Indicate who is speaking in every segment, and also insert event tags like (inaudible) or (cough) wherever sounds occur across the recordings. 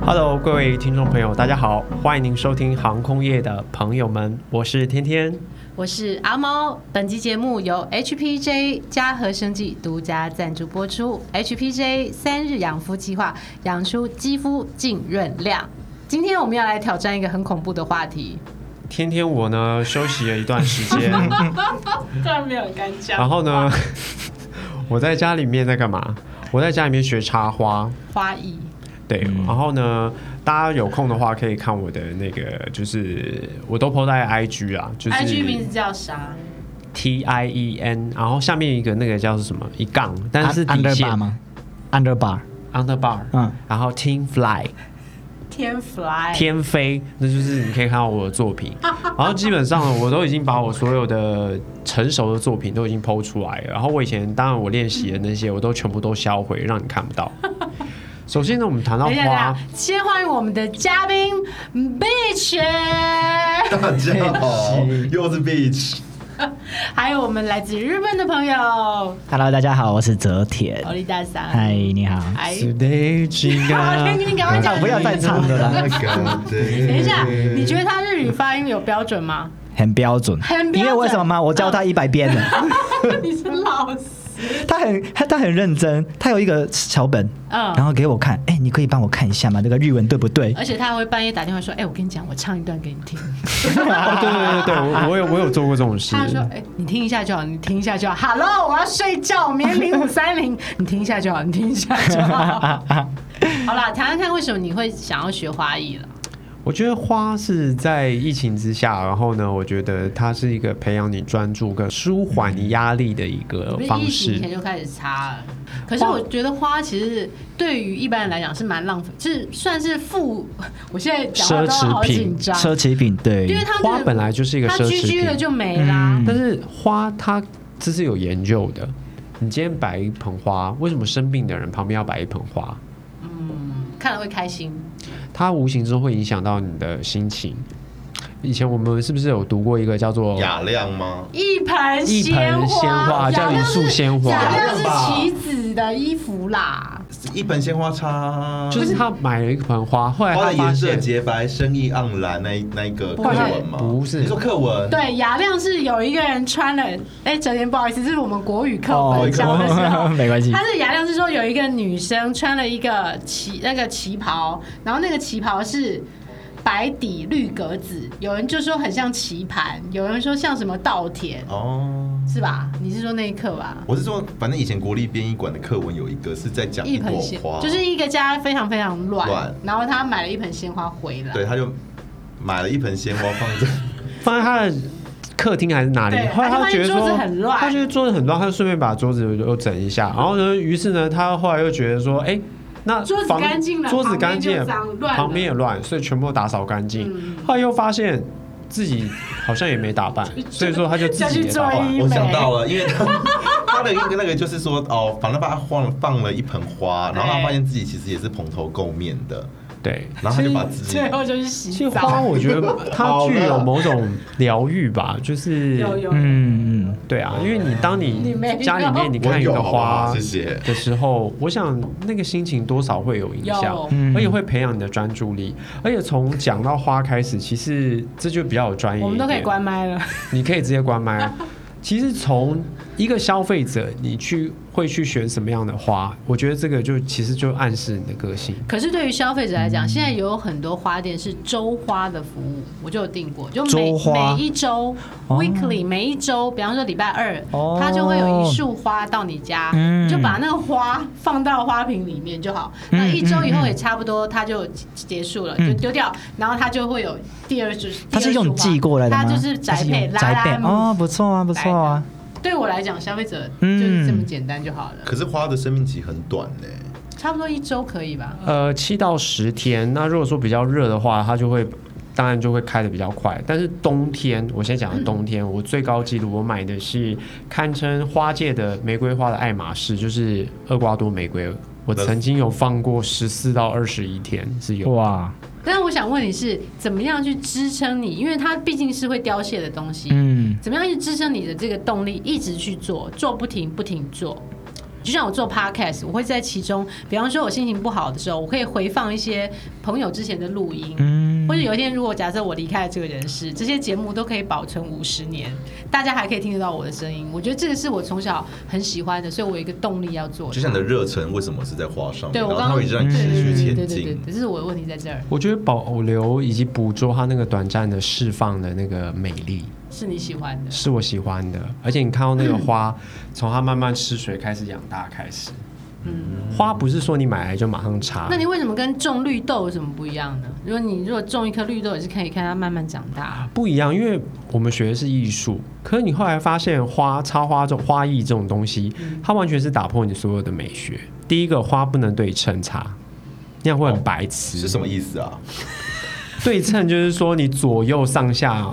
Speaker 1: Hello，各位听众朋友，大家好，欢迎您收听航空业的朋友们，我是天天。
Speaker 2: 我是阿猫。本期节目由 HPJ 嘉和生技独家赞助播出。HPJ 三日养肤计划，养出肌肤净润亮。今天我们要来挑战一个很恐怖的话 (laughs) 题，
Speaker 1: 天天我呢休息了一段时
Speaker 3: (laughs)
Speaker 1: 间，
Speaker 2: 当然没有人敢讲
Speaker 1: 然后呢， (laughs) 我在家里面在干嘛？我在家里面学插花，
Speaker 2: 花艺，
Speaker 1: 对，
Speaker 3: 嗯
Speaker 1: 然后呢，大家有空的话可以看我的那个，就是我都 PO 在 IG 啊，就是
Speaker 2: IG 名字叫啥？
Speaker 1: T I E N，然后下面一个那个叫是什么一杠，但是底
Speaker 3: 啊 underbar
Speaker 1: 线
Speaker 3: 吗？underbar，
Speaker 1: underbar，
Speaker 3: 嗯
Speaker 1: 然后 Team Fly。
Speaker 2: 天 fly。
Speaker 1: 天飞，那就是你可以看到我的作
Speaker 2: (laughs)
Speaker 1: 品。然后基本上呢我都已经把我所有的成熟的作品都已经剖出来了。然后我以前当然我练习的那些我都全部都销毁，让你看不
Speaker 2: (laughs)
Speaker 1: 到。首先呢，我们谈到
Speaker 2: 等一下，等一
Speaker 1: 花
Speaker 2: 下，，先欢迎我们的嘉宾 Beach，
Speaker 4: 大家好，
Speaker 2: (laughs)
Speaker 4: 又是 Beach，
Speaker 2: 还有我们来自日本的朋友
Speaker 3: Hello，大家好，我是泽田
Speaker 2: 奥。利大桑。哎
Speaker 3: 嗨，你好。
Speaker 2: 嗨，
Speaker 1: Today
Speaker 2: (laughs) 赶快你赶快讲，
Speaker 3: 不要再唱了啦，
Speaker 2: 等
Speaker 4: 等
Speaker 2: 一下，你觉得他日语发音有标
Speaker 1: (laughs)
Speaker 2: 准吗？
Speaker 3: 很标准。
Speaker 2: 很标准嗯
Speaker 3: 因为为什么吗？我教他一百
Speaker 2: (laughs)
Speaker 3: 遍了，
Speaker 2: 你是老师，
Speaker 3: 他很他他很认真，他有一个小本，
Speaker 2: 嗯
Speaker 3: 然后给我看，哎，你可以帮我看一下吗？那个日文对不对？
Speaker 2: 而且他还会半夜打电话说：“哎、我跟你讲，我唱一段给你听。
Speaker 1: 哦，对对对对，我我有我有做过这种”事
Speaker 2: 他。说：“哎、你听一下就好，你听一下就好。Hello，我要睡觉，明天零五三
Speaker 1: (laughs)
Speaker 2: 零，你听一下就好，你听一下就好。好啦，谈谈看为什么你会想要学花艺了？
Speaker 1: 我觉得花是在疫情之下，然后呢，我觉得它是一个培养你专注跟舒缓你压力的一个
Speaker 2: 不是
Speaker 1: 呃方
Speaker 2: 疫情
Speaker 1: 式
Speaker 2: 以。前就开始插了。可是我觉得花其实对于一般人来讲是蛮浪费，是算是负。 (laughs) 我现在讲话都好紧张，
Speaker 3: 奢侈品对
Speaker 2: 因，为它
Speaker 1: 花本来就是一个
Speaker 2: 它
Speaker 1: 奢侈
Speaker 2: 居居
Speaker 1: 品嗯
Speaker 2: 了就没啦。
Speaker 1: 但是花它这是有研究的。你今天摆一盆花，为什么生病的人旁边要摆一盆花？
Speaker 2: 看了会开心。
Speaker 1: 它无形中会影响到你的心情。以前我们是不是有读过一个叫做
Speaker 4: 雅亮吗？
Speaker 2: 一盆
Speaker 1: 一盆鲜花，叫一束鲜
Speaker 2: 雅
Speaker 1: 花？
Speaker 2: 亮是棋子的衣服啦，
Speaker 4: 一盆鲜花插，
Speaker 1: 就是他买了一盆花，后来
Speaker 4: 花
Speaker 1: 他
Speaker 4: 的
Speaker 1: 发
Speaker 4: 颜色
Speaker 1: 现，
Speaker 4: 洁白、生意盎然那一那一个课文吗？
Speaker 1: 不是
Speaker 4: 你说课文？
Speaker 2: 对，雅亮是有一个人穿了，哎，哲言不好意思，这是我们国语课
Speaker 1: 哦
Speaker 2: 本教的时候。
Speaker 3: 哦 (laughs) 没关系
Speaker 2: 他。是雅亮是说有一个女生穿了一个旗那个旗袍，然后那个旗袍是白底绿格子，有人就说很像棋盘，有人说像什么稻田，
Speaker 4: 哦，
Speaker 2: 是吧？你是说那一刻吧？
Speaker 4: 我是说，反正以前国立编译馆的课文有一个是在讲
Speaker 2: 一
Speaker 4: 朵
Speaker 2: 盆鲜
Speaker 4: 花，
Speaker 2: 就是一个家非常非常乱，
Speaker 4: 乱
Speaker 2: 然后他买了一盆鲜花回来，
Speaker 4: 对，他就买了一盆鲜花放在，
Speaker 1: 放在他的客厅还是哪里
Speaker 2: 对？
Speaker 1: 后来
Speaker 2: 他就
Speaker 1: 他
Speaker 2: 发
Speaker 1: 觉
Speaker 2: 现
Speaker 1: 得
Speaker 2: 桌子
Speaker 1: 说
Speaker 2: 很乱，
Speaker 1: 他觉得桌子很乱，他就顺便把桌子又整一下。然后呢，于是呢，他后来又觉得说，哎、那
Speaker 2: 桌子
Speaker 1: 房
Speaker 2: 干净了
Speaker 1: 桌子
Speaker 2: 旁边
Speaker 1: 干净
Speaker 2: 就
Speaker 1: 了
Speaker 2: 脏，乱了嗯
Speaker 1: 旁边也乱，所以全部都打扫干净。后来又发现自己好像也没打
Speaker 2: (laughs)
Speaker 1: 扮，所以说他就自
Speaker 2: 要
Speaker 1: 己啊
Speaker 2: 去
Speaker 1: 也
Speaker 2: 做
Speaker 1: 打扮。
Speaker 2: 医美。
Speaker 4: 我想到了，因为他 (laughs) 他的一个那个就是说，哦，反正把他放了放了一盆花，然后他
Speaker 2: 对
Speaker 4: 发现自己其实也是蓬头垢面的，
Speaker 1: 对，
Speaker 4: 然后他就把
Speaker 3: (laughs)
Speaker 4: 自己
Speaker 2: 最后就是
Speaker 1: 其
Speaker 2: 洗
Speaker 1: 实花，
Speaker 2: 澡。
Speaker 1: 我觉得
Speaker 2: (laughs)
Speaker 1: 它具有某种疗愈吧，就是
Speaker 2: 有有，
Speaker 3: 嗯嗯，
Speaker 1: 对啊，因为你当
Speaker 2: 你没有
Speaker 1: 你家里面你
Speaker 4: 我
Speaker 1: 看一
Speaker 4: 有
Speaker 1: 个
Speaker 4: 好不好
Speaker 1: 花
Speaker 4: 谢谢。
Speaker 1: 的时候，我想那个心情多少会有影响
Speaker 2: 有，
Speaker 3: 嗯
Speaker 1: 而且会培养你的专注力，而且从讲到花开始，其实这就比较有专业。
Speaker 2: 我们都可以关，麦了。
Speaker 1: 你可以直接关
Speaker 2: (laughs)
Speaker 1: 麦。其实从一个消费者，你去会去选什么样的花，我觉得这个就其实就暗示你的个性。
Speaker 2: 可是对于消费者来
Speaker 3: 嗯
Speaker 2: 讲，现在有很多花店是周花的服务，我就有订过，就每
Speaker 3: 周花
Speaker 2: 每一周、
Speaker 3: 哦
Speaker 2: weekly 每一周，比方说礼拜二，
Speaker 3: 哦
Speaker 2: 它就会有一束花到你家，
Speaker 3: 嗯
Speaker 2: 你就把那个花放到花瓶里面就好。
Speaker 3: 嗯
Speaker 2: 那一周以后
Speaker 3: 嗯
Speaker 2: 也差不多，它就结束了，
Speaker 3: 嗯
Speaker 2: 就丢掉，然后它就会有第二束。
Speaker 3: 他是用寄过来的吗？
Speaker 2: 它就是宅
Speaker 3: 它
Speaker 2: 配
Speaker 3: 用
Speaker 2: 拉
Speaker 3: 宅配
Speaker 2: 拉木
Speaker 3: 哦，不错啊，不错啊。
Speaker 2: 对我来讲，消费者就
Speaker 3: 嗯
Speaker 2: 是这么简单就好了，
Speaker 4: 可是花的生命期很短嘞、
Speaker 2: 差不多一周可以吧？
Speaker 1: 呃，七到十天。那如果说比较热的话，它就会，当然就会开的比较快。但是冬天，我先讲的冬天，我最高纪录我买的是堪称花界的玫瑰花的爱马仕，就是厄瓜多玫瑰。我曾经有放过十四到二十一天是有，
Speaker 3: 哇，
Speaker 2: 但是我想问你是怎么样去支撑你，因为它毕竟是会凋谢的东西，
Speaker 3: 嗯，
Speaker 2: 怎么样去支撑你的这个动力，一直去做，做不停，不停做。就像我做 podcast，我会在其中，比方说我心情不好的时候，我可以回放一些朋友之前的录音，
Speaker 3: 嗯
Speaker 2: 或者有一天如果假设我离开了这个人世，这些节目都可以保存五十年，大家还可以听得到我的声音。我觉得这个是我从小很喜欢的，所以我有一个动力要做
Speaker 4: 就。像你的热忱为什么是在花上面，
Speaker 2: 对
Speaker 4: 然
Speaker 2: 我
Speaker 4: 后
Speaker 2: 刚
Speaker 4: 它
Speaker 2: 刚
Speaker 4: 会让你
Speaker 2: 对
Speaker 4: 持
Speaker 2: 对
Speaker 4: 续
Speaker 2: 对对
Speaker 4: 前
Speaker 2: 对
Speaker 4: 进。
Speaker 2: 对，这是我的问题在这儿，
Speaker 1: 我觉得保留以及捕捉它那个短暂的释放的那个美丽，
Speaker 2: 是你喜欢的。
Speaker 1: 是我喜欢的。而且你看到那个花，从它慢慢吃水开始养大开始，花不是说你买来就马上
Speaker 3: 啊
Speaker 1: 插
Speaker 2: 那。你为什么跟种绿豆有什么不一样呢？如果你如果种一颗绿豆，也是可以看它慢慢长
Speaker 3: 啊
Speaker 2: 大。
Speaker 1: 不一样，因为我们学的是艺术，可是你后来发现花插花这种花艺这种东西，它完全是打破你所有的美学。第一个，花不能对称插，那样会很白痴。
Speaker 4: 是什么意思啊？
Speaker 1: 对称就是说你左右上下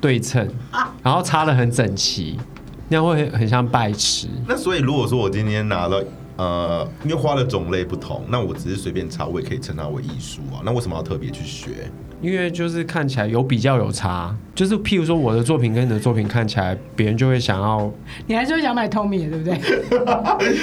Speaker 1: 对称，然后插的很整齐，那样会很像拜池。
Speaker 4: 那所以如果说我今天拿了。呃，因为花的种类不同，那我只是随便插，我也可以称它为艺术啊。那为什么要特别去学？ (laughs)
Speaker 1: 因为就是看起来有比较有差，就是譬如说我的作品跟你的作品看起来，别人就会想要
Speaker 2: 你还是会想买 Tommy 的，对不对？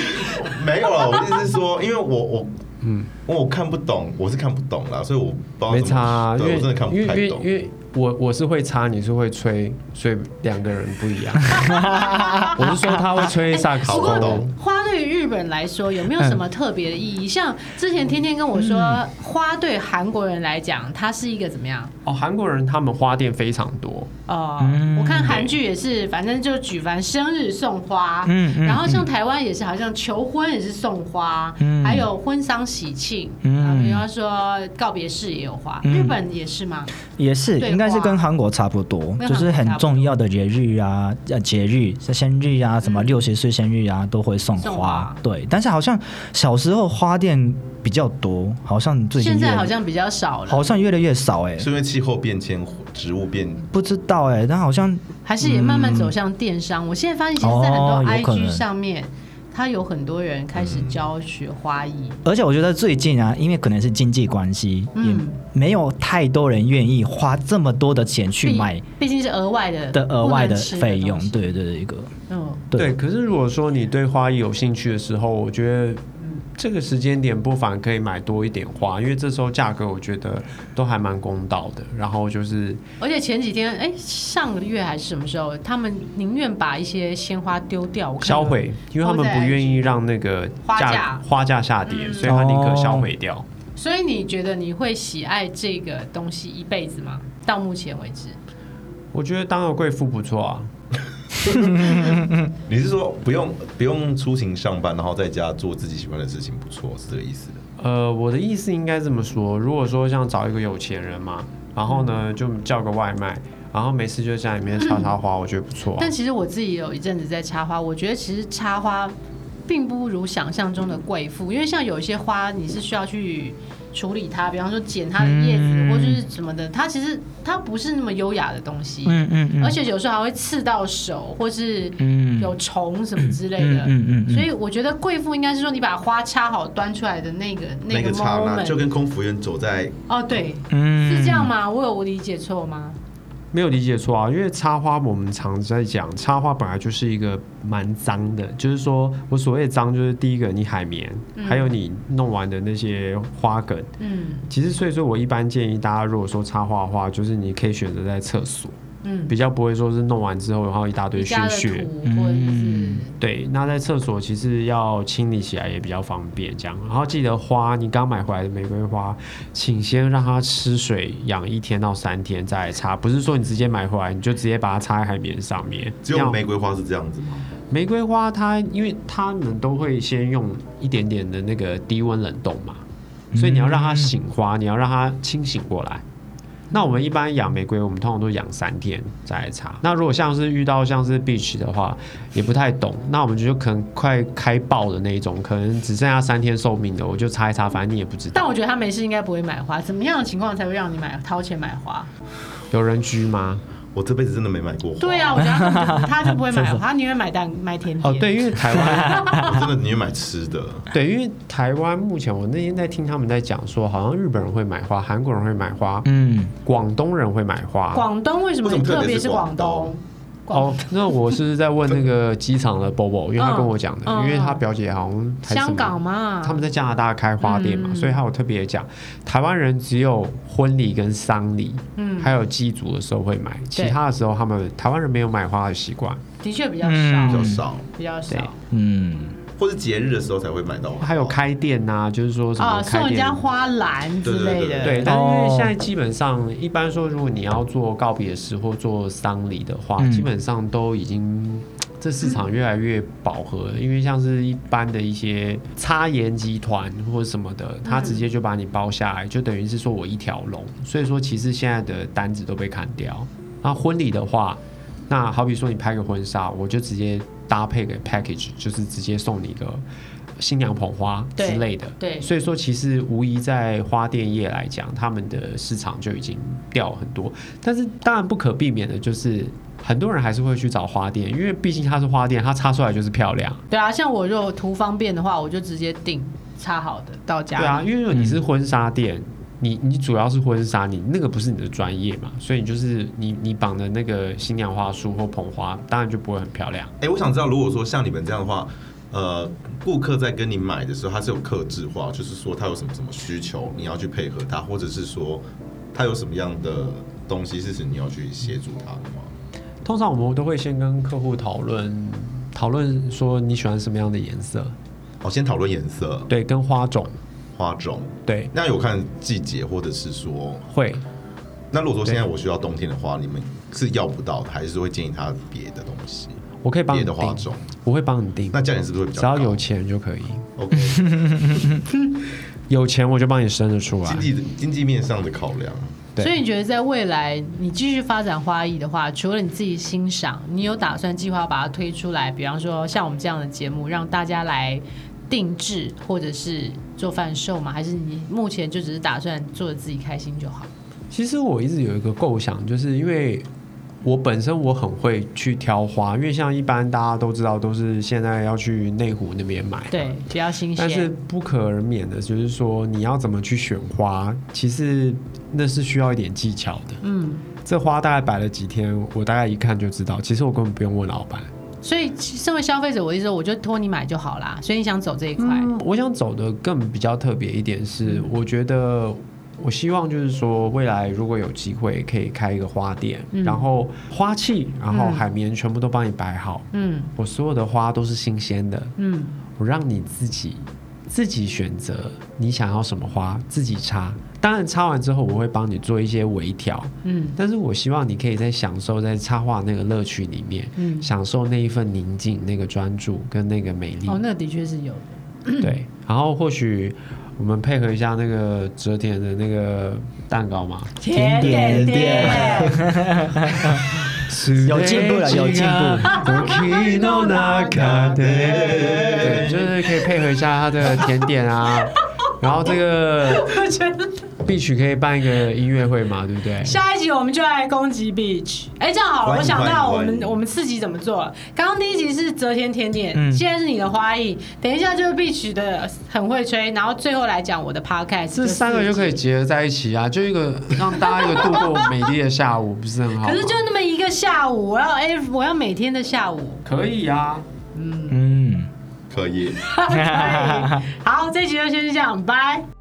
Speaker 4: 没有了，我意思是说，因为我我嗯，我看不懂，我是看不懂啦，所以我不知道
Speaker 1: 没
Speaker 4: 怎么
Speaker 1: 差啊，因
Speaker 4: 对
Speaker 1: 为
Speaker 4: 我真的看不
Speaker 1: 因为
Speaker 4: 太
Speaker 1: 因为因
Speaker 4: 懂。
Speaker 1: 为我我是会插，你是会吹，所以两个人不一 (laughs) 样。我是说他会吹萨克斯
Speaker 2: 不
Speaker 4: 好
Speaker 2: 过
Speaker 1: 风
Speaker 4: 懂，
Speaker 2: 花对于日本来说有没有
Speaker 3: 嗯
Speaker 2: 什么特别的意义？像之前天天跟我说，花对韩国人来讲，它是一个怎么样？
Speaker 1: 哦，韩国人他们花店非常多，
Speaker 2: 哦，
Speaker 3: 嗯
Speaker 2: 我看韩剧也是，反正就举凡生日送花，
Speaker 3: 嗯嗯
Speaker 2: 然后像台湾也是，好像求婚也是送花，
Speaker 3: 嗯
Speaker 2: 还有婚丧喜庆，
Speaker 3: 嗯
Speaker 2: 啊，比方说告别式也有花，
Speaker 3: 嗯
Speaker 2: 日本也是吗？
Speaker 3: 也是，
Speaker 2: 对
Speaker 3: 应该是跟韩国差不多，
Speaker 2: 跟
Speaker 3: 就是
Speaker 2: 韩国
Speaker 3: 很
Speaker 2: 差不多嗯
Speaker 3: 重要的节日啊，呃，节日、生日啊，什么六十岁生日啊，都会送
Speaker 2: 送
Speaker 3: 花
Speaker 2: 花。
Speaker 3: 对，但是好像小时候花店比较多，好像最近
Speaker 2: 现在
Speaker 3: 越
Speaker 2: 好像比嗯较少了，
Speaker 3: 好像越来越少哎、
Speaker 4: 是因为气候变迁，植物变
Speaker 3: 不知道哎、但好像
Speaker 2: 还是也慢慢走向电商。我现在发现，其实在很
Speaker 3: 嗯哦
Speaker 2: 多
Speaker 3: 有可能
Speaker 2: IG 上面，它有很多人开始教学花艺，
Speaker 3: 而且我觉得最近啊，因为可能是经济关系，
Speaker 2: 嗯
Speaker 3: 也没有太多人愿意花这么多的钱去
Speaker 2: 毕
Speaker 3: 买
Speaker 2: 毕竟是额外的
Speaker 3: 的额外
Speaker 2: 不
Speaker 3: 的
Speaker 2: 能吃的
Speaker 3: 费用
Speaker 2: 东。西
Speaker 3: 对对对，一个
Speaker 2: 嗯。
Speaker 3: 对
Speaker 1: 可是如果说你对花艺有兴趣的时候，我觉得这个时间点不妨可以买多一点花，因为这时候价格我觉得都还蛮公道的。然后就是
Speaker 2: 而且前几天，哎、上个月还是什么时候，他们宁愿把一些鲜花丢掉，我看
Speaker 1: 销毁，因为他们不愿
Speaker 2: 意。
Speaker 1: 意让那个
Speaker 2: 花价
Speaker 1: 价花价下跌，所以他宁可销毁掉。
Speaker 2: 所以你觉得你会喜爱这个东西一辈子吗？到目前为止，
Speaker 1: 我觉得当个贵妇不错啊。
Speaker 4: 你是说不用不用出行上班，然后在家做自己喜欢的事情，不错，是这个意思的。
Speaker 1: 呃，我的意思应该这么说：如果说像找一个有钱人嘛，然后
Speaker 2: 嗯
Speaker 1: 呢就叫个外卖，然后没事就在家里面插插花，我觉得不错、啊
Speaker 2: 但。其实我自己有一阵子在插花，我觉得其实插花并不如想象中的贵妇，因为像有一些花你是需要去处理它，比方说剪它的叶子、
Speaker 3: 嗯
Speaker 2: 或者是什么的，它其实它不是那么优雅的东西，
Speaker 3: 嗯嗯嗯，
Speaker 2: 而且有时候还会刺到手，或是
Speaker 3: 嗯
Speaker 2: 有虫什么之类的。
Speaker 3: 嗯嗯嗯嗯
Speaker 2: 所以我觉得贵妇应该是说，你把花插好端出来的那个
Speaker 4: 那
Speaker 2: 个
Speaker 4: 个刹那
Speaker 2: moment，
Speaker 4: 就跟空服员走在
Speaker 2: 哦对，
Speaker 3: 嗯
Speaker 2: 是这样吗？我有我理解错吗？
Speaker 1: 没有理解错啊，因为插花我们常在讲，插花本来就是一个蛮脏的，就是说我所谓的脏，就是第一个你海绵，还有你弄完的那些花梗。
Speaker 2: 嗯
Speaker 1: 其实，所以说我一般建议大家，如果说插花的话，就是你可以选择在厕所，
Speaker 2: 嗯，
Speaker 1: 比较不会说是弄完之后然后一大堆
Speaker 2: 你
Speaker 1: 鲜
Speaker 2: 加了土
Speaker 1: 血。
Speaker 2: 或者是
Speaker 3: 嗯
Speaker 1: 对，那在厕所其实要清理起来也比较方便，这样。然后记得花，你刚买回来的玫瑰花，请先让它吃水养一天到三天再来插，不是说你直接买回来你就直接把它插在海绵上面。
Speaker 4: 只
Speaker 1: 这
Speaker 4: 有
Speaker 1: 样
Speaker 4: 玫瑰花是这样子吗？
Speaker 1: 玫瑰花它，因为它们都会先用一点点的那个低温冷冻嘛，所以你要让它醒花，你要让它清醒过来。那我们一般养玫瑰，我们通常都养三天再来插。那如果像是遇到像是 beach 的话，也不太懂，那我们就可能快开爆的那一种，可能只剩下三天寿命的，我就插一插，反正你也不知
Speaker 2: 但
Speaker 1: 道。
Speaker 2: 我觉得他没事，应该不会买花。怎么样的情况才会让你买掏钱买花？
Speaker 1: 有人居吗？
Speaker 4: 我这辈子真的没买过花。
Speaker 2: 对啊，我觉得他根本就他就
Speaker 1: (laughs)
Speaker 2: 不会买花，他宁愿买蛋买甜
Speaker 1: 哦
Speaker 2: 点。，，
Speaker 1: 对，因为台湾
Speaker 4: 我真的宁愿买
Speaker 1: (laughs)
Speaker 4: 吃的。
Speaker 1: 对，因为台湾目前我那天在听他们在讲说，好像日本人会买花，韩国人会买花，
Speaker 3: 嗯
Speaker 1: 广东人会买花，
Speaker 2: 广东为什么
Speaker 4: 为什么特
Speaker 2: 特
Speaker 4: 别
Speaker 2: 别
Speaker 4: 是
Speaker 2: 是
Speaker 4: 广
Speaker 2: 广
Speaker 4: 东
Speaker 2: 东？逛
Speaker 1: 哦，那我是在问那个机场的 Bobo，因为他跟我讲的，
Speaker 2: 嗯嗯
Speaker 1: 因为他表姐好像还是什么
Speaker 2: 香港嘛，
Speaker 1: 他们在加拿大开花店嘛，
Speaker 2: 嗯
Speaker 1: 所以他有特别讲，台湾人只有婚礼跟丧礼，
Speaker 2: 嗯
Speaker 1: 还有祭祖的时候会买，其他的时候他们台湾人没有买花的习惯，
Speaker 2: 的确比较
Speaker 4: 比较
Speaker 2: 少，
Speaker 3: 嗯
Speaker 4: 少，
Speaker 2: 比较
Speaker 1: 对
Speaker 2: 少
Speaker 3: 嗯，
Speaker 4: 或是节日的时候才会买到。
Speaker 1: 还有，开店呐、就是说什
Speaker 2: 啊，
Speaker 1: 么
Speaker 2: 哦送
Speaker 1: 开
Speaker 2: 人
Speaker 1: 店。
Speaker 2: 家花篮之类的，
Speaker 1: 对，但是因为
Speaker 3: 哦
Speaker 1: 现在基本上，一般说，如果你要做告别式或做丧礼的话，
Speaker 3: 嗯
Speaker 1: 基本上都已经这市场越来越饱和了，因为像是一般的一些插研集团或什么的，
Speaker 3: 嗯
Speaker 1: 他直接就把你包下来，就等于是说我一条龙。所以说，其实现在的单子都被砍掉。那婚礼的话，那好比说你拍个婚纱，我就直接搭配个 package，就是直接送你一个新娘捧花之
Speaker 2: 对
Speaker 1: 类的。
Speaker 2: 对
Speaker 1: 所以说其实无疑在花店业来讲，他们的市场就已经掉很多。但是当然不可避免的就是，很多人还是会去找花店，因为毕竟它是花店，它插出来就是漂亮。
Speaker 2: 对啊，像我如果图方便的话，我就直接订插好的到家。
Speaker 1: 对啊，，因为如果你是婚纱店，你你主要是婚纱，你那个不是你的专业嘛，所以你就是你你绑的那个新娘花束或捧花，当然就不会很漂亮。
Speaker 4: 哎，我想知道，如果说像你们这样的话，呃，顾客在跟你买的时候，他是有克制化，就是说他有什么什么需求，你要去配合他，或者是说他有什么样的东西是指你要去协助他的吗？
Speaker 1: 通常我们都会先跟客户讨论讨论说你喜欢什么样的颜色，
Speaker 4: 哦，先讨论颜色、
Speaker 1: 对，跟花种，
Speaker 4: 花种，
Speaker 1: 对，
Speaker 4: 那有看季节，或者是说，
Speaker 1: 会。
Speaker 4: 那如果说
Speaker 1: 对
Speaker 4: 现在我需要冬天的话，你们是要不到的，还是会建议他别的东西，
Speaker 1: 我可以帮
Speaker 4: 别
Speaker 1: 你
Speaker 4: 的花
Speaker 1: 定，
Speaker 4: 种？
Speaker 1: 我会帮你定。
Speaker 4: 那价钱是不是会比较
Speaker 1: 只
Speaker 4: 高？
Speaker 1: 要有钱就可以，
Speaker 4: OK，
Speaker 1: 有钱我就帮你生得出来
Speaker 4: 经。济经济面上的考量，
Speaker 1: 对
Speaker 2: 所以你觉得在未来你继续发展花艺的话，除了你自己欣赏，你有打算计划把它推出来？比方说像我们这样的节目，让大家来定制或者是做贩售吗？还是你目前就只是打算做的自己开心就好？
Speaker 1: 其实我一直有一个构想，就是因为我本身我很会去挑花，因为像一般大家都知道，都是现在要去内湖那边买。
Speaker 2: 对，
Speaker 3: 嗯
Speaker 2: 比较新
Speaker 1: 但是
Speaker 2: 鲜。
Speaker 1: 不可而免的，就是说你要怎么去选花，其实那是需要一点技巧的。
Speaker 2: 嗯，
Speaker 1: 这花大概摆了几天，我大概一看就知道。其实我根本不用问老板。
Speaker 2: 所以身为消费者，我一直说我就托你买就好啦。所以你想走这一块，
Speaker 1: 嗯，我想走的更比较特别一点是，我觉得
Speaker 2: 嗯
Speaker 1: 我希望就是说，未来如果有机会可以开一个花店，
Speaker 2: 嗯
Speaker 1: 然后花器，然后
Speaker 2: 嗯
Speaker 1: 海绵全部都帮你摆好，
Speaker 2: 嗯
Speaker 1: 我所有的花都是新鲜的，
Speaker 2: 嗯，
Speaker 1: 我让你自己自己选择你想要什么花，自己插。当然插完之后，我会帮你做一些微调，
Speaker 2: 嗯
Speaker 1: 但是我希望你可以在享受在插画那个乐趣里面，
Speaker 2: 嗯，
Speaker 1: 享受那一份宁静、那个专注跟那个美丽。
Speaker 2: 哦，那的确是有的。
Speaker 1: 对，然后或许我们配合一下那个折叠的那个蛋糕嘛，
Speaker 3: 甜点店，有进步了有进步
Speaker 1: 对，就是可以配合一下它的甜点啊。
Speaker 3: (laughs)
Speaker 1: 然后这个
Speaker 2: 我觉得
Speaker 1: Beach 可以办一个音乐会嘛，对不对？
Speaker 2: 下一集我们就来攻击 Beach。哎，这样好了，
Speaker 4: 欢迎
Speaker 2: 我想到我
Speaker 4: 欢迎
Speaker 2: 们
Speaker 4: 欢迎
Speaker 2: 我们四集怎么做了？刚刚第一集是泽田甜点，
Speaker 3: 嗯
Speaker 2: 现在是你的花艺，等一下就是 Beach 的很会吹，然后最后来讲我的 Podcast。
Speaker 1: 这三个就可
Speaker 2: 以。
Speaker 1: 以结合在一起啊，就一个让大家一个度过美丽的下午，不是很好吗？
Speaker 2: 可是就那么一个下午，我要哎，我要每天的
Speaker 1: (laughs)
Speaker 2: 下午。
Speaker 1: 可以啊，
Speaker 3: 嗯。
Speaker 4: 可以。
Speaker 2: 哎好，这集就先这样，拜。